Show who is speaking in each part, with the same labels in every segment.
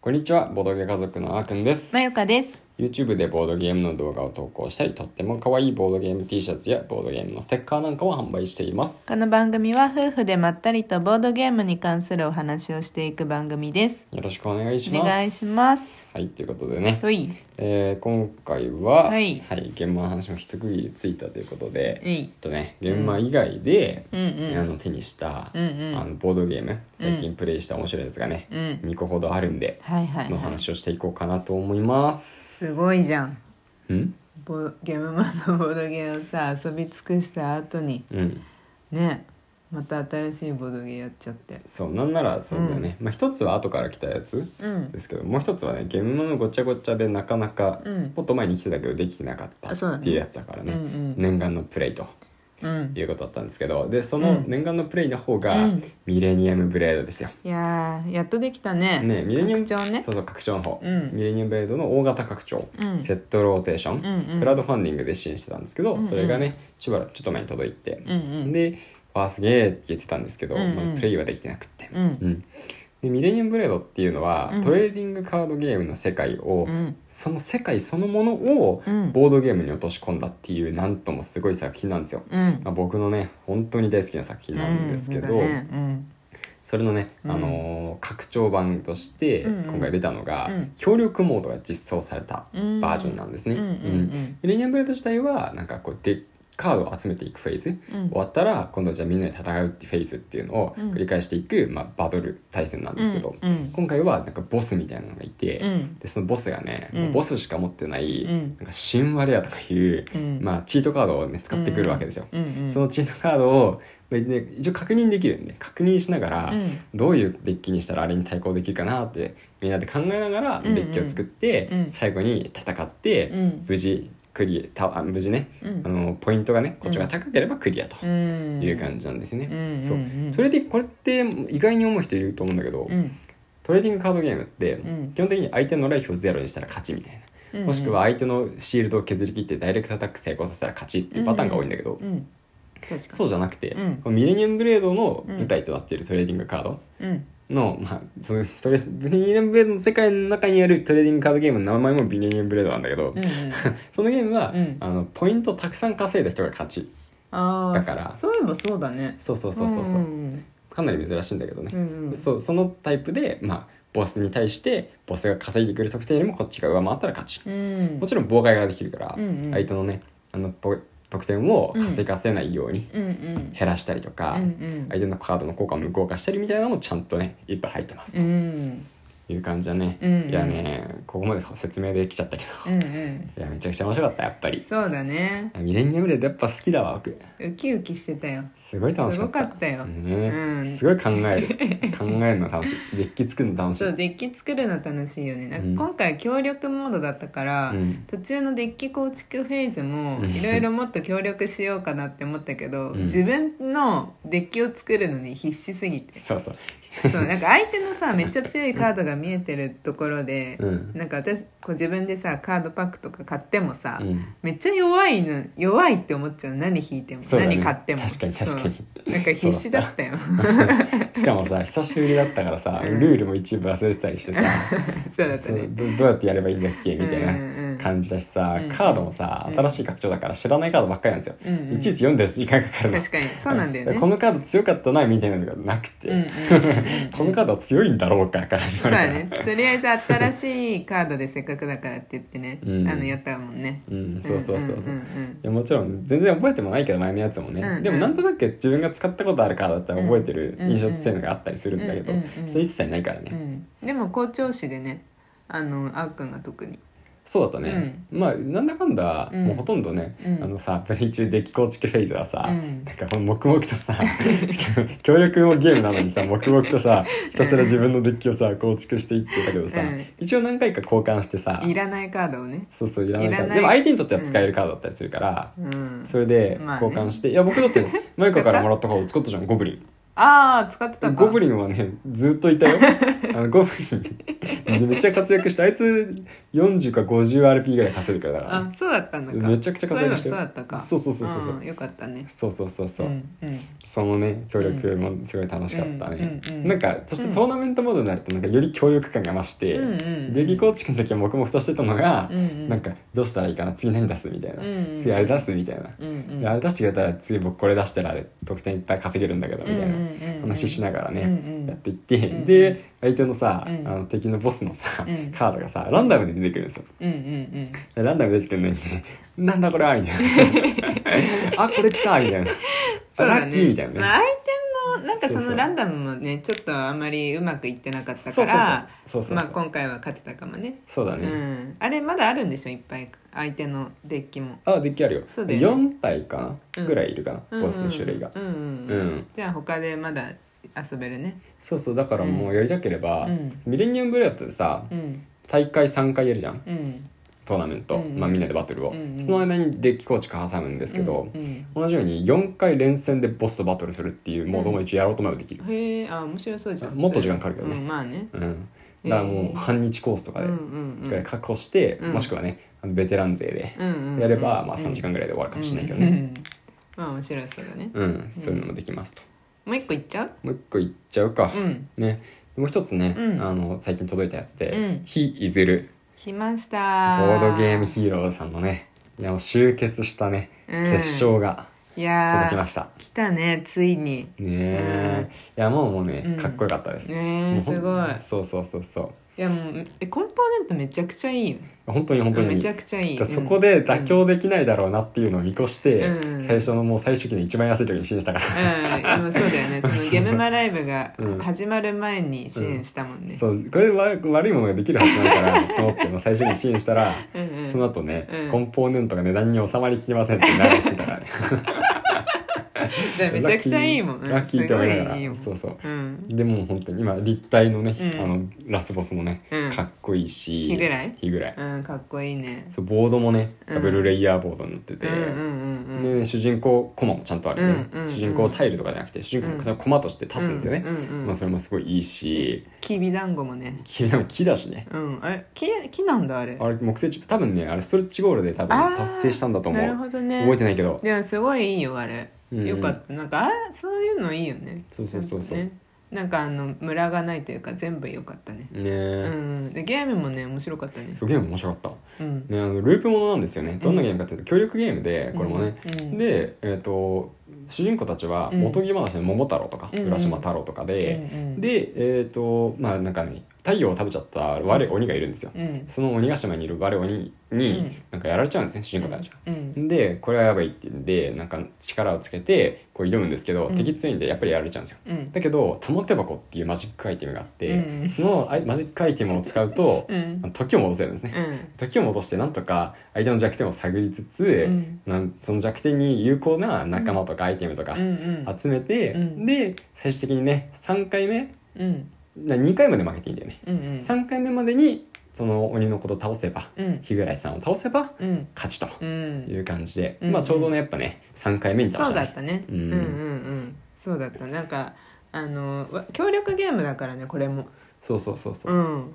Speaker 1: こんにちはボードゲ家族のあーくんです
Speaker 2: まよかです。
Speaker 1: YouTube でボードゲームの動画を投稿したりとっても可愛いボードゲーム T シャツやボードゲームのステッカーなんかを販売しています
Speaker 2: この番組は夫婦でまったりとボードゲームに関するお話をしていく番組です。
Speaker 1: よろしくお願いし
Speaker 2: お
Speaker 1: ます
Speaker 2: 願いします。
Speaker 1: はいということでね
Speaker 2: ほい、
Speaker 1: えー今回は、
Speaker 2: はい
Speaker 1: 現場の話も一区切りついたということで、
Speaker 2: え
Speaker 1: ちょ
Speaker 2: い
Speaker 1: っ。とね現場以外で、
Speaker 2: うんうん
Speaker 1: あの手にした、
Speaker 2: うんうん
Speaker 1: あのボードゲーム最近プレイした面白いやつがね、
Speaker 2: うん。
Speaker 1: 2個ほどあるんで、
Speaker 2: はいはい、
Speaker 1: その
Speaker 2: はい。
Speaker 1: 話をしていこうかなと思います。
Speaker 2: すごいじゃん。
Speaker 1: うん
Speaker 2: ボゲームマンのボードゲームをさ遊び尽くした後に
Speaker 1: うん、
Speaker 2: ねまた新しいボードゲームやっちゃって
Speaker 1: そうなんならそうだよね、まあ一つは後から来たやつ
Speaker 2: うん
Speaker 1: ですけどもう一つはねゲームマのごちゃごちゃでなかなか、
Speaker 2: うん
Speaker 1: もっと前に来てたけどできてなかった
Speaker 2: あそうだね
Speaker 1: っていうやつだからね、
Speaker 2: うんうん
Speaker 1: 念願のプレイと
Speaker 2: うん
Speaker 1: いうことだったんですけどでその
Speaker 2: うん
Speaker 1: 念願のプレイの方が、
Speaker 2: うん
Speaker 1: ミレニアムブレードですよ。
Speaker 2: いやーやっとできたね
Speaker 1: ね、ミレニアム
Speaker 2: 拡張ね
Speaker 1: そうそう拡張の方、
Speaker 2: うん
Speaker 1: ミレニアムブレードの大型拡張、
Speaker 2: うん
Speaker 1: セットローテーション、
Speaker 2: うんうん
Speaker 1: クラウドファンディングで支援してたんですけど、
Speaker 2: んうん
Speaker 1: それがねしばらくちょっと前に届いて、
Speaker 2: うんうん
Speaker 1: で「わあすげえ」って言ってたんですけど、
Speaker 2: うんうん
Speaker 1: まあ、プレイはできてなくって、
Speaker 2: うん
Speaker 1: うんでミレニアムブレードっていうのは、
Speaker 2: うん
Speaker 1: トレーディングカードゲームの世界を、
Speaker 2: うん
Speaker 1: その世界そのものを
Speaker 2: うん
Speaker 1: ボードゲームに落とし込んだっていうなんともすごい作品なんですよ。
Speaker 2: うん
Speaker 1: まあ、僕のね本当に大好きな作品なんですけど、
Speaker 2: うんそうだねうん
Speaker 1: それのね、
Speaker 2: うん
Speaker 1: あのー拡張版として
Speaker 2: うんうん
Speaker 1: 今回出たのが、
Speaker 2: うん
Speaker 1: 協力モードが実装されたバージョンなんですね。
Speaker 2: うんう
Speaker 1: う
Speaker 2: ん
Speaker 1: んミレニアムブレード自体はなんかこうでカードを集めていくフェーズ、
Speaker 2: うん
Speaker 1: 終わったら今度じゃあみんなで戦うっていうフェーズっていうのを
Speaker 2: うん
Speaker 1: 繰り返していく、まあ、バトル対戦なんですけど、
Speaker 2: うんうん
Speaker 1: 今回はなんかボスみたいなのがいて、
Speaker 2: うん
Speaker 1: でそのボスがね、
Speaker 2: うん
Speaker 1: もうボスしか持ってない、
Speaker 2: うん
Speaker 1: なんか神話レアとかいう、
Speaker 2: うん
Speaker 1: まあ、チートカードをね使ってくるわけですよ。
Speaker 2: うんうん
Speaker 1: そのチートカードを、まあね一応確認できるんで確認しながら、
Speaker 2: うん
Speaker 1: どういうデッキにしたらあれに対抗できるかなってみんなで考えながら
Speaker 2: ん
Speaker 1: デ
Speaker 2: うん
Speaker 1: ッキを作って、
Speaker 2: うん
Speaker 1: 最後に戦って、
Speaker 2: うん
Speaker 1: 無事クリアたあ無事ね、
Speaker 2: うん
Speaker 1: あのポイントがねこっちが高ければクリアと
Speaker 2: うん
Speaker 1: いう感じなんですね。
Speaker 2: うんうんうん
Speaker 1: そうそれでこれって意外に思う人いると思うんだけど、
Speaker 2: うん
Speaker 1: トレーディングカードゲームって
Speaker 2: うん
Speaker 1: 基本的に相手のライフをゼロにしたら勝ちみたいな、
Speaker 2: うん
Speaker 1: もしくは相手のシールドを削り切ってダイレクトアタック成功させたら勝ちっていうパターンが多いんだけど、
Speaker 2: うん確かに
Speaker 1: そうじゃなくて、
Speaker 2: うん
Speaker 1: このミレニアムブレードの舞台となっているトレーディングカード
Speaker 2: うん
Speaker 1: の,、まあ、そのトレミレニアムブレードの世界の中にあるトレーディングカードゲームの名前もミレニアムブレードなんだけど、
Speaker 2: うんうん
Speaker 1: そのゲームは、
Speaker 2: うん
Speaker 1: あのポイントをたくさん稼いだ人が勝ち
Speaker 2: あー
Speaker 1: だから
Speaker 2: そそういえばそうだね
Speaker 1: そうそうそうそうそう、
Speaker 2: うん
Speaker 1: かなり珍しいんだけどね、
Speaker 2: うんうん
Speaker 1: そうそのタイプで、まあ、ボスに対してボスが稼いでくる得点よりもこっちが上回ったら勝ち、
Speaker 2: うん
Speaker 1: もちろん妨害ができるから、
Speaker 2: うんうん
Speaker 1: 相手のねあのポ得点を稼がせないように
Speaker 2: うんうん
Speaker 1: 減らしたりとか、
Speaker 2: うん
Speaker 1: 相手のカードの効果を無効化したりみたいなのもちゃんとねいっぱい入ってます
Speaker 2: うんうん
Speaker 1: という感じだね、
Speaker 2: うんうん
Speaker 1: いやねここまで説明できちゃったけ
Speaker 2: う
Speaker 1: ど、
Speaker 2: んうん
Speaker 1: いやめちゃくちゃ面白かったやっぱり
Speaker 2: そうだね
Speaker 1: ミレニアムレードやっぱ好きだわ僕
Speaker 2: ウキウキしてたよ
Speaker 1: すごい楽し
Speaker 2: す
Speaker 1: か
Speaker 2: ご
Speaker 1: った
Speaker 2: かったよ
Speaker 1: ね
Speaker 2: うん
Speaker 1: すごい考える考えるの楽しい デッキ作るの楽しい
Speaker 2: そうデッキ作るの楽しいよねなんか
Speaker 1: うん
Speaker 2: 今回協力モードだったから、
Speaker 1: うん
Speaker 2: 途中のデッキ構築フェーズも
Speaker 1: うん
Speaker 2: いろいろもっと協力しようかなって思ったけど、
Speaker 1: うん
Speaker 2: 自分のデッキを作るのに必死す ぎて
Speaker 1: そうそう
Speaker 2: そうなんか相手のさめっちゃ強いカードが見えてるところで、
Speaker 1: うん
Speaker 2: なんか私こう自分でさカードパックとか買ってもさ、
Speaker 1: うん
Speaker 2: めっちゃ弱いの弱いって思っちゃう何引いても、
Speaker 1: そうだね
Speaker 2: 何買っても
Speaker 1: 確かに確かに
Speaker 2: そうなんか必死だった よ
Speaker 1: しかも さ久しぶりだったからさ
Speaker 2: うん
Speaker 1: ルールも一部忘れてたりしてさ
Speaker 2: そうだったね
Speaker 1: どどうやってやればいいんだっけみたい
Speaker 2: うんうんう
Speaker 1: なん感じだしさ
Speaker 2: うん
Speaker 1: カードもさ新しい拡張だから知らないカードばっかりなんです
Speaker 2: うんう
Speaker 1: よ
Speaker 2: ん
Speaker 1: いちいち読んでる時間かかるの
Speaker 2: 確かにそうなんだよね
Speaker 1: このカード強かったなみたいなのがなくて
Speaker 2: うんうん うんうん
Speaker 1: このカードは強いんだろうかから始
Speaker 2: そ
Speaker 1: ま
Speaker 2: う
Speaker 1: るか
Speaker 2: だ
Speaker 1: ら
Speaker 2: ね。とりあえず新しいカードでせっかくだからって言ってね、
Speaker 1: うん
Speaker 2: あのやったもんね。
Speaker 1: うんそうそうそうそう
Speaker 2: うんん
Speaker 1: いやもちろん全然覚えてもないけど前のやつもね、
Speaker 2: うんうん
Speaker 1: でもなんとなく自分が使ったことあるカードだったら覚えてる
Speaker 2: うん
Speaker 1: 印象強いのがあったりするんだけど、
Speaker 2: うんうんうん
Speaker 1: それ一切ないからね、
Speaker 2: うんうんでも校長誌でね、あのあーくんが特に。
Speaker 1: そうだったね、まあなんだかんだ、
Speaker 2: うん
Speaker 1: もうほとんどね、
Speaker 2: うん
Speaker 1: あのさプレイ中デッキ構築フェーズはさ、
Speaker 2: うん
Speaker 1: なんかもう黙々とさ 協力もゲームなのに さ黙々とさひたすら自分のデッキをさ構築していってたけどさ、
Speaker 2: うん
Speaker 1: 一応何回か交換してさ
Speaker 2: いらないカードをね。
Speaker 1: そうそういらないから
Speaker 2: いらない
Speaker 1: でも相手にとっては使えるカードだったりするから、
Speaker 2: うん。
Speaker 1: それで
Speaker 2: まあね
Speaker 1: 交換して、いや僕だってマイカからもらったカード使ったじゃんゴブリン。
Speaker 2: ああ使ってたか。
Speaker 1: ゴブリンはねずっといたよあのゴブリンでめっちゃ活躍してあいつ40か 50RP ぐらい稼いでるから
Speaker 2: あそうだったんだか
Speaker 1: めちゃくちゃ活躍して
Speaker 2: そう
Speaker 1: る
Speaker 2: いえばそうだったか
Speaker 1: そうそうそうそうそう
Speaker 2: うんよかったね
Speaker 1: そうそうそうそう、
Speaker 2: んうん
Speaker 1: そのね協力もすごい楽しかったね、
Speaker 2: うんうんうん
Speaker 1: なんかそしてトーナメントモードになるとなんかより協力感が増して、
Speaker 2: うんうん
Speaker 1: ベギーコーチの時は黙々としてたのが
Speaker 2: う、ん
Speaker 1: なんかどうしたらいいかな次何出すみたいな、
Speaker 2: うんうん
Speaker 1: 次あれ出すみたいな、
Speaker 2: うんうん
Speaker 1: であれ出してくれたら次僕これ出したら得点いっぱい稼げるんだけどみたいな話しながらね、
Speaker 2: うんうん
Speaker 1: やっていって、
Speaker 2: んうん
Speaker 1: で相手のさ、
Speaker 2: うん
Speaker 1: あの敵のボスのさ、
Speaker 2: うん
Speaker 1: カードがさランダムで出てくるんですよ
Speaker 2: うんうん
Speaker 1: でランダムで出てくるのに 「なんだこれは」みたい な「あこれ来た」みたいな「
Speaker 2: そうだね
Speaker 1: ラッキー」みたいなね、
Speaker 2: まあ相手のなんかそ
Speaker 1: そうそ
Speaker 2: の
Speaker 1: う
Speaker 2: ランダムもねちょっとあまりうまくいってなかっ
Speaker 1: そ
Speaker 2: たか
Speaker 1: うそう
Speaker 2: ら
Speaker 1: そうそうそう
Speaker 2: まあ今回は勝てたかもね
Speaker 1: そうだ
Speaker 2: う
Speaker 1: ね、
Speaker 2: んあれまだあるんでしょいっぱい相手のデッキも
Speaker 1: あデッキあるよ
Speaker 2: そうだよね
Speaker 1: 4体か
Speaker 2: う
Speaker 1: なんぐらいいるかな、
Speaker 2: うんうん
Speaker 1: ボスの種類が、
Speaker 2: うんうん
Speaker 1: う
Speaker 2: うん
Speaker 1: ん
Speaker 2: じゃあ他でまだ遊べるね
Speaker 1: そうそうだからもうやりたければ、
Speaker 2: うん
Speaker 1: ミレニアムブレードってさ
Speaker 2: うん
Speaker 1: 大会3回やるじゃん
Speaker 2: うん
Speaker 1: トーナメント、
Speaker 2: うんうん
Speaker 1: まあ、みんなでバトルを、
Speaker 2: うんうん
Speaker 1: その間にデッキ構築挟むんですけど、
Speaker 2: うん
Speaker 1: 同じように4回連戦でボスとバトルするっていうモードも一応やろうと思えばできる
Speaker 2: うん、へえあ面白そうじゃん
Speaker 1: もっと時間かかるけどね
Speaker 2: うんまあね
Speaker 1: うんだからもう半日コースとかで
Speaker 2: うんうんうん
Speaker 1: ぐらい確保して、
Speaker 2: うん
Speaker 1: もしくはねあのベテラン勢で
Speaker 2: うんうんうん
Speaker 1: やれば、まあ、3時間ぐらいで終わるかもしれないけど
Speaker 2: う
Speaker 1: ね、
Speaker 2: んまあ面白そうだね
Speaker 1: うんそういうのもできますと
Speaker 2: もう一個いっちゃう
Speaker 1: もう一個いっちゃうか、
Speaker 2: うん
Speaker 1: ねもう一つね、
Speaker 2: うん
Speaker 1: あの最近届いたやつで
Speaker 2: うん
Speaker 1: 「非いずる
Speaker 2: 来ました
Speaker 1: ボードゲームヒーローさんのねいや集結したね
Speaker 2: うん
Speaker 1: 決勝が
Speaker 2: いや
Speaker 1: 届きま
Speaker 2: し
Speaker 1: した、
Speaker 2: た来たねついに
Speaker 1: ねえ、いやもうもうね、
Speaker 2: うん
Speaker 1: かっこよかったです、
Speaker 2: ねえ
Speaker 1: もうほん
Speaker 2: すごい
Speaker 1: そうそうそうそう
Speaker 2: いやもうえコンポーネントめちゃくちゃいいよ
Speaker 1: 本当に本当に
Speaker 2: めちゃくちゃいい
Speaker 1: だからそこで妥協できないだろうなっていうのを見越して、
Speaker 2: うん
Speaker 1: 最初のもう最終期の一番安い時に支援したか
Speaker 2: う
Speaker 1: ら、
Speaker 2: ん、でもそうだ よねそのゲムマライブが
Speaker 1: うん
Speaker 2: 始まる前に支援したもんね、
Speaker 1: そうこれわ悪いものができるはずないからと思ってもう最初に支援したら、
Speaker 2: うんうん
Speaker 1: その後ね、
Speaker 2: うん
Speaker 1: コンポーネントが値段に収まりきりませんってなりしてた からね
Speaker 2: だからめちゃくちゃいいもんうん
Speaker 1: ラッキーって思いながら
Speaker 2: すごいいいもん
Speaker 1: そうそう
Speaker 2: うん
Speaker 1: でもう本当に今立体のね、
Speaker 2: うん
Speaker 1: あのラスボスもね、
Speaker 2: うん
Speaker 1: かっこいいし
Speaker 2: 日ぐらい
Speaker 1: 日ぐらい
Speaker 2: うん、かっこいいね。
Speaker 1: そうボードもね
Speaker 2: うん
Speaker 1: ダブルレイヤーボードになってて、
Speaker 2: うんうんうんうん。
Speaker 1: で主人公コマもちゃんとあるよね、
Speaker 2: うんうんうん
Speaker 1: 主人公タイルとかじゃなくて主人公がそのコマとして立つんですよね、
Speaker 2: うんうんうん
Speaker 1: まあ、それもすごいいいし
Speaker 2: きびだんごもね。
Speaker 1: 木でも木だしね
Speaker 2: うん、あれ、木、木なんだ、あれ。
Speaker 1: あれ木製チップ多分ねあれストレッチゴールで多
Speaker 2: あ
Speaker 1: 分
Speaker 2: ー
Speaker 1: 達成したんだと思
Speaker 2: なる
Speaker 1: う、
Speaker 2: ほどね。
Speaker 1: 覚えてないけど
Speaker 2: でも、すごいいいよ、あれ。
Speaker 1: うん
Speaker 2: よかった、なんか、あれ、そういうのいいよね。
Speaker 1: そうそうそうそう
Speaker 2: なんかねなんか、あの、ムラがないというか、全部よかったね。
Speaker 1: ね
Speaker 2: う
Speaker 1: え、
Speaker 2: ん、で、ゲームもね、面白かったね。
Speaker 1: そうゲーム面白かっ
Speaker 2: うん。
Speaker 1: た、ね、あのループものなんですよねどんなゲームかっていうと協力ゲームでこれもね、
Speaker 2: うん
Speaker 1: で、えー、と主人公たちは
Speaker 2: うん
Speaker 1: おとぎ話の桃太郎とか、
Speaker 2: うんうん
Speaker 1: 浦島太郎とかで、
Speaker 2: うんうん
Speaker 1: でえっ、とまあなんかね太陽を食べちゃった悪い鬼がいるんですよ、
Speaker 2: うん。
Speaker 1: その鬼ヶ島にいる我鬼に、
Speaker 2: うん
Speaker 1: なんかやられちゃうんですね主人公たちが。
Speaker 2: うん。
Speaker 1: でこれはやばいって言うんでなんか力をつけてこう挑むんですけど、
Speaker 2: うん
Speaker 1: 敵強いんでやっぱりやられちゃうんですよ。
Speaker 2: うん。
Speaker 1: だけど玉手箱っていうマジックアイテムがあって、
Speaker 2: うん
Speaker 1: そのあいマジックアイテムを使うと、
Speaker 2: うん
Speaker 1: あの時を戻せるんですね。
Speaker 2: うん。
Speaker 1: 時を戻してなんとか相手の弱点を探りつつ、
Speaker 2: ん
Speaker 1: なんその弱点に有効な仲間とかアイテムとか
Speaker 2: うんうん。
Speaker 1: 集めて、
Speaker 2: うん
Speaker 1: で最終的にね3回目
Speaker 2: うん。
Speaker 1: な2回まで負けていいんだよね。
Speaker 2: うんうん。
Speaker 1: 3回目までにその鬼のことを倒せば
Speaker 2: うん。
Speaker 1: 日暮さんを倒せば
Speaker 2: うん。
Speaker 1: 勝ちと
Speaker 2: うん。
Speaker 1: いう感じで、
Speaker 2: うん
Speaker 1: まあちょうどねやっぱね3回目に倒
Speaker 2: そ
Speaker 1: し
Speaker 2: う
Speaker 1: た、
Speaker 2: だ
Speaker 1: ね
Speaker 2: っ、たね、
Speaker 1: う
Speaker 2: うんん、うんうんそうだったなんかあのわ協力ゲームだからねこれも
Speaker 1: そうそうそうそうう、
Speaker 2: ん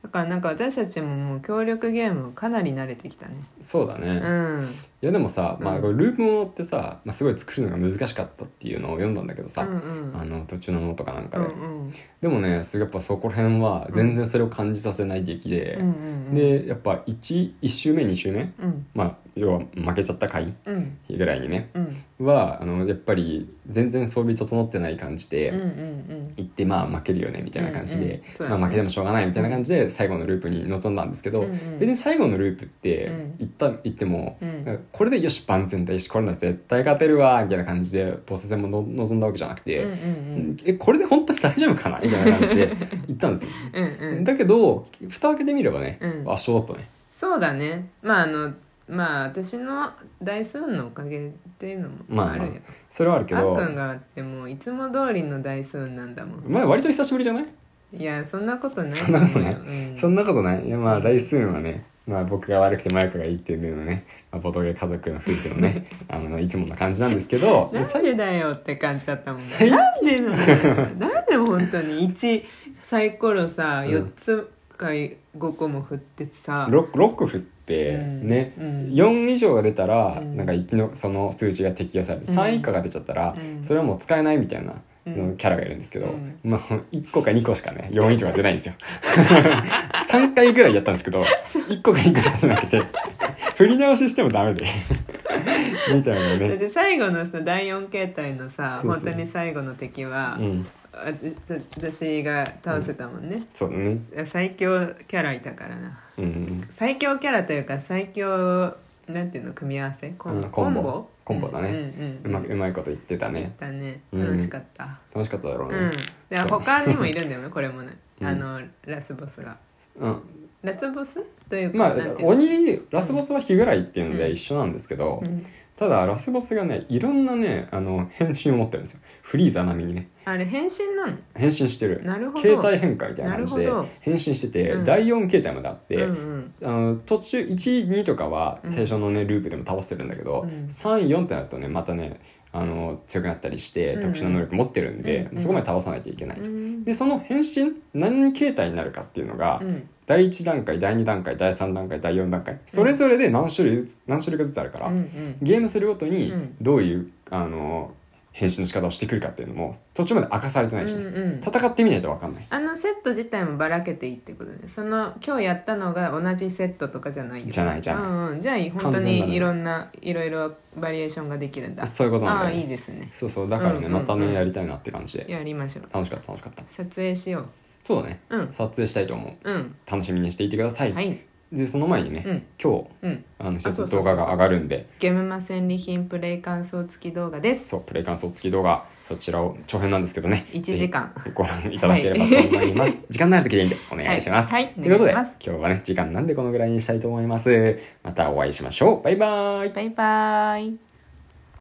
Speaker 2: だからなんか私たちももう協力ゲームかなり慣れてきたね
Speaker 1: そうだね、
Speaker 2: う
Speaker 1: い
Speaker 2: ん
Speaker 1: やでもさ、まあ、
Speaker 2: うん
Speaker 1: これループものってさ、まあ、すごい作るのが難しかったっていうのを読んだんだけど
Speaker 2: う
Speaker 1: さ、
Speaker 2: んうん
Speaker 1: あの途中のノートかなんか
Speaker 2: うん
Speaker 1: で、
Speaker 2: うん
Speaker 1: でもねすごいやっぱそこら辺は全然それを感じさせない出来で
Speaker 2: うんう、ん
Speaker 1: でやっぱ 1, 一周目2周目
Speaker 2: うん
Speaker 1: まあ要は負けちゃった回
Speaker 2: うん
Speaker 1: ぐらいにね
Speaker 2: うんうん
Speaker 1: はあのやっぱり全然装備整ってない感じで、
Speaker 2: うんうん
Speaker 1: 行ってまあ負けるよねみたいな感じで
Speaker 2: うんうん、そうだね
Speaker 1: まあ、負けてもしょうがないみたいな感じで最後のループに臨んだんですけど、
Speaker 2: うんうん
Speaker 1: 別に最後のループって
Speaker 2: うん
Speaker 1: 行った行っても、
Speaker 2: うん
Speaker 1: なんかこれでよし万全だよしこれなら絶対勝てるわみたいな感じでボス戦もの臨んだわけじゃなくて、
Speaker 2: うんうん
Speaker 1: えこれで本当に大丈夫かなみたいな感じで行ったんですよ。
Speaker 2: うんうん
Speaker 1: だけど蓋を開けてみればね、
Speaker 2: うん
Speaker 1: あショートね
Speaker 2: そうだねまああのまあ私の大数のおかげっていうのも
Speaker 1: まあ
Speaker 2: ある
Speaker 1: まあ
Speaker 2: よ、
Speaker 1: それはあるけ
Speaker 2: あっ
Speaker 1: ど
Speaker 2: くんがあってもういつも通りの大数なんだもん
Speaker 1: まあ割と久しぶりじゃない、
Speaker 2: いやそんなことない
Speaker 1: そんなことない
Speaker 2: うん
Speaker 1: そんなことないいやまあ大数はね、まあ、僕が悪くてマイクがいいっていうのね、まあ、ボトゲ家族の夫婦のね あのいつもの感じなんですけど
Speaker 2: なんでだよって感じだったもん
Speaker 1: 最
Speaker 2: なんでなのなんで本当に1サイコロさ
Speaker 1: うん
Speaker 2: 4つ回5個も振ってさ
Speaker 1: ロックロック振って、
Speaker 2: うん
Speaker 1: ね、
Speaker 2: うん
Speaker 1: 4以上が出たら、
Speaker 2: うん
Speaker 1: なんか生きのその数値が適用されて、
Speaker 2: うん
Speaker 1: 3以下が出ちゃったら、
Speaker 2: うん
Speaker 1: それはもう使えないみたいな。
Speaker 2: うん
Speaker 1: のキャラがいるんですけど、
Speaker 2: うん
Speaker 1: まあ1個か2個しかね4以上が出ないんですよ 3回ぐらいやったんですけど1個か2個しか出なくて振り直ししてもダメで みたいな
Speaker 2: だっ
Speaker 1: ね
Speaker 2: て最後のさ第4形態のさ
Speaker 1: そうそう
Speaker 2: 本当に最後の敵は、
Speaker 1: うん
Speaker 2: あ私が倒せたもんね、
Speaker 1: そうだね
Speaker 2: いや最強キャラいたからな
Speaker 1: うん
Speaker 2: 最強キャラというか最強なんていうの組み合わせコン,、
Speaker 1: うんコンボ
Speaker 2: コンボ
Speaker 1: コンボだね
Speaker 2: うん
Speaker 1: う
Speaker 2: うん
Speaker 1: まくうまいこと言ってた
Speaker 2: いっ
Speaker 1: ね
Speaker 2: たね
Speaker 1: うん
Speaker 2: 楽しかった
Speaker 1: 楽しかっただろう
Speaker 2: う
Speaker 1: ね
Speaker 2: ん、で他にもいるんだよねこれもね、
Speaker 1: うん
Speaker 2: あのラスボスが
Speaker 1: うん、
Speaker 2: ラスボスというか、
Speaker 1: まあ
Speaker 2: なんていうの
Speaker 1: 鬼ラスボスは日ぐらいっていうの
Speaker 2: う
Speaker 1: で
Speaker 2: ん
Speaker 1: 一緒なんですけど、
Speaker 2: うん
Speaker 1: ただラスボスがねいろんなねあの変身を持ってるんですよフリーザ並みにね
Speaker 2: あれ変身なの
Speaker 1: 変身してる
Speaker 2: なるほど
Speaker 1: 携帯変換みたいな感じで
Speaker 2: なるほど
Speaker 1: 変身してて、
Speaker 2: うん
Speaker 1: 第4形態まであって、
Speaker 2: うんうん
Speaker 1: あの途中12とかは最初のね、ループでも倒してるんだけど、
Speaker 2: うん
Speaker 1: 34ってなるとねまたねあの強くなったりして
Speaker 2: うん
Speaker 1: 特殊な能力持ってるんで、
Speaker 2: うん
Speaker 1: そこまで倒さなきゃいけない、
Speaker 2: うん
Speaker 1: でその変身何形態になるかっていうのが、
Speaker 2: うん
Speaker 1: 第1段階第2段階第3段階第4段階それぞれで何種類ずつ何種類かずつあるから、
Speaker 2: うんうん
Speaker 1: ゲームするごとに
Speaker 2: うん
Speaker 1: どういう、あの変身の仕方をしてくるかっていうのも途中まで明かされてないし、
Speaker 2: うんうん
Speaker 1: 戦ってみないと分かんない
Speaker 2: あのセット自体もばらけていいってことねその今日やったのが同じセットとかじゃないよ
Speaker 1: じゃないじゃない
Speaker 2: うんうん、じゃあいい本当
Speaker 1: 完全な
Speaker 2: に
Speaker 1: る
Speaker 2: いろんないろいろバリエーションができるんだ
Speaker 1: そういうことなん
Speaker 2: あ
Speaker 1: だ
Speaker 2: あ
Speaker 1: よね
Speaker 2: いいですね
Speaker 1: そうそうだからね、
Speaker 2: うんうんうん
Speaker 1: またねやりたいなって感じで
Speaker 2: やりましょう
Speaker 1: 楽しかった楽しかった
Speaker 2: 撮影しよ
Speaker 1: そうだね
Speaker 2: ううん
Speaker 1: 撮影したいと思う
Speaker 2: うん
Speaker 1: 楽しみにしていてください、
Speaker 2: はい
Speaker 1: でその前にね、
Speaker 2: うん
Speaker 1: 今日
Speaker 2: うん
Speaker 1: あの一
Speaker 2: あそう
Speaker 1: つ
Speaker 2: そうそ
Speaker 1: 動
Speaker 2: う
Speaker 1: 画が上がるんで
Speaker 2: ゲームマ戦利品プレイ感想付き動画です
Speaker 1: そうプレイ感想付き動画そちらを長編なんですけどね
Speaker 2: 1時間
Speaker 1: ぜひご覧いただければと思います、時間のある時でいいんでお願いします、
Speaker 2: はいはい
Speaker 1: ということで
Speaker 2: お願
Speaker 1: 今
Speaker 2: いしま
Speaker 1: 日はね時間なんでこのぐらいにしたいと思いますまたお会いしましょうバイバイ
Speaker 2: バイバーイ